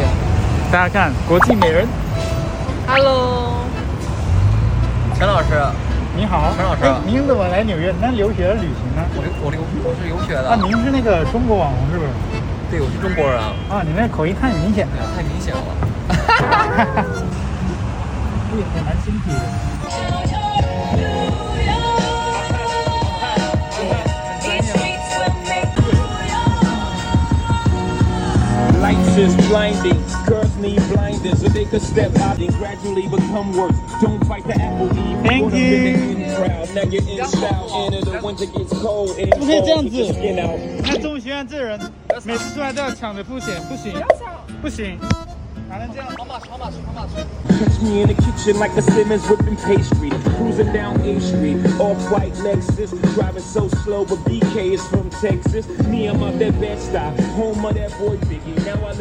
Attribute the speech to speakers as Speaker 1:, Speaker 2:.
Speaker 1: 啊大家看，国际美人，
Speaker 2: Hello，
Speaker 3: 陈老师，
Speaker 1: 你好，
Speaker 3: 陈老师
Speaker 1: 哎您怎么来纽约？那留学旅行呢？
Speaker 3: 我留我留我是留学的，
Speaker 1: 啊，您是那个中国网红是不是？
Speaker 3: 对，我是中国人啊，
Speaker 1: 啊，你那口音太明显了， 哎
Speaker 3: 太明显了。
Speaker 1: 这也蛮辛苦的。
Speaker 4: Lights is blinding, girls need blinders so they could step out and gradually become worse. Don't fight the apple eve.
Speaker 1: Thank
Speaker 4: Put up
Speaker 1: you.
Speaker 4: in the in crowd. Now you're in style, and in the winter gets cold, and it
Speaker 1: Okay,
Speaker 4: falls, get your
Speaker 1: 这样子。
Speaker 4: skin out.
Speaker 1: 看中医学院这人，每次出来都要抢着不行，不行，不行，哪能这样？
Speaker 4: Catch me in the kitchen like the Simmons whipping pastry. Cruising down A Street, off white Lexus. Driving so slow, but BK is from Texas. Me, I'm out that bed style, home of that boy Biggie. Now I live.